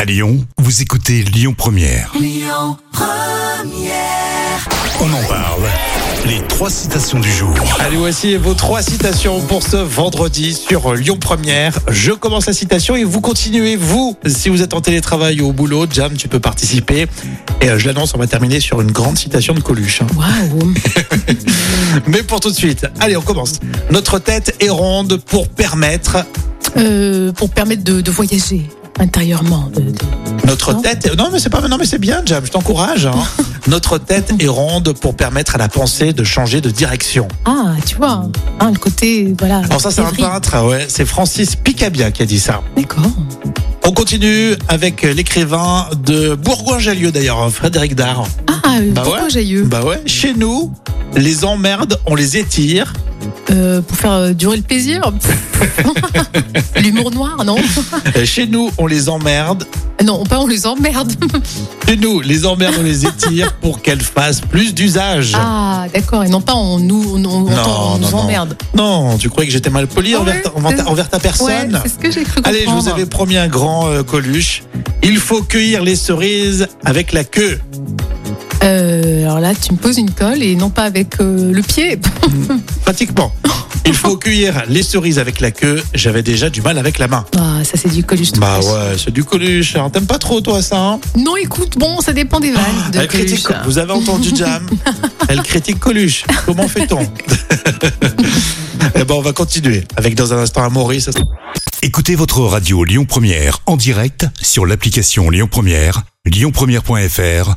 À Lyon, vous écoutez Lyon Première. On en parle. Les trois citations du jour. Allez, voici vos trois citations pour ce vendredi sur Lyon Première. Je commence la citation et vous continuez, vous, si vous êtes en télétravail ou au boulot, Jam, tu peux participer. Et euh, je l'annonce, on va terminer sur une grande citation de Coluche. hein. Waouh Mais pour tout de suite, allez, on commence. Notre tête est ronde pour permettre... Euh, Pour permettre de, de voyager intérieurement. de- de- Notre Non. tête... est- Non, mais c'est pas... Non, mais c'est bien, Jam, je t'encourage. hein. Notre tête est ronde pour permettre à la pensée de changer de direction. Ah, tu vois, hein, le côté, voilà. Alors ça, c'est un rire. peintre, ouais. C'est Francis Picabia qui a dit ça. D'accord. On continue avec l'écrivain de Bourgoin-Jallieu d'ailleurs, Frédéric Dard. Ah, euh, Bah pourquoi ouais. j'ai eu Bah ouais, chez nous, les emmerdes, on les étire. Euh, Pour faire euh, durer le plaisir L'humour noir, non Euh, Chez nous, on les emmerde. Non, pas on les emmerde. Chez nous, les emmerdes, on les étire pour qu'elles fassent plus d'usage. Ah, d'accord, et non pas on nous, on, on- Non, on nous non, non. emmerde. Non, tu croyais que j'étais mal poli Ah envers, ouais, ta, envers ta- c'est- envers ta personne Ouais, c'est ce que j'ai cru comprendre. Allez, je vous avais promis un grand euh, coluche. Il faut cueillir les cerises avec la queue. Euh, alors là, tu me poses une colle et non pas avec euh, le pied. Pratiquement. Il faut cueillir les cerises avec la queue. J'avais déjà du mal avec la main. Ah, ça c'est du coluche. tout Bah plus. ouais, c'est du coluche. hein. T'aimes pas trop toi ça hein Non, écoute, bon, ça dépend des vagues de Elle critique. Coluche. hein. Vous avez entendu Jam Elle critique Coluche. Comment fait-on Eh ben, on va continuer avec dans un instant un Maurice. Écoutez votre radio Lyon Première en direct sur l'application Lyon Première, lyonpremière.fr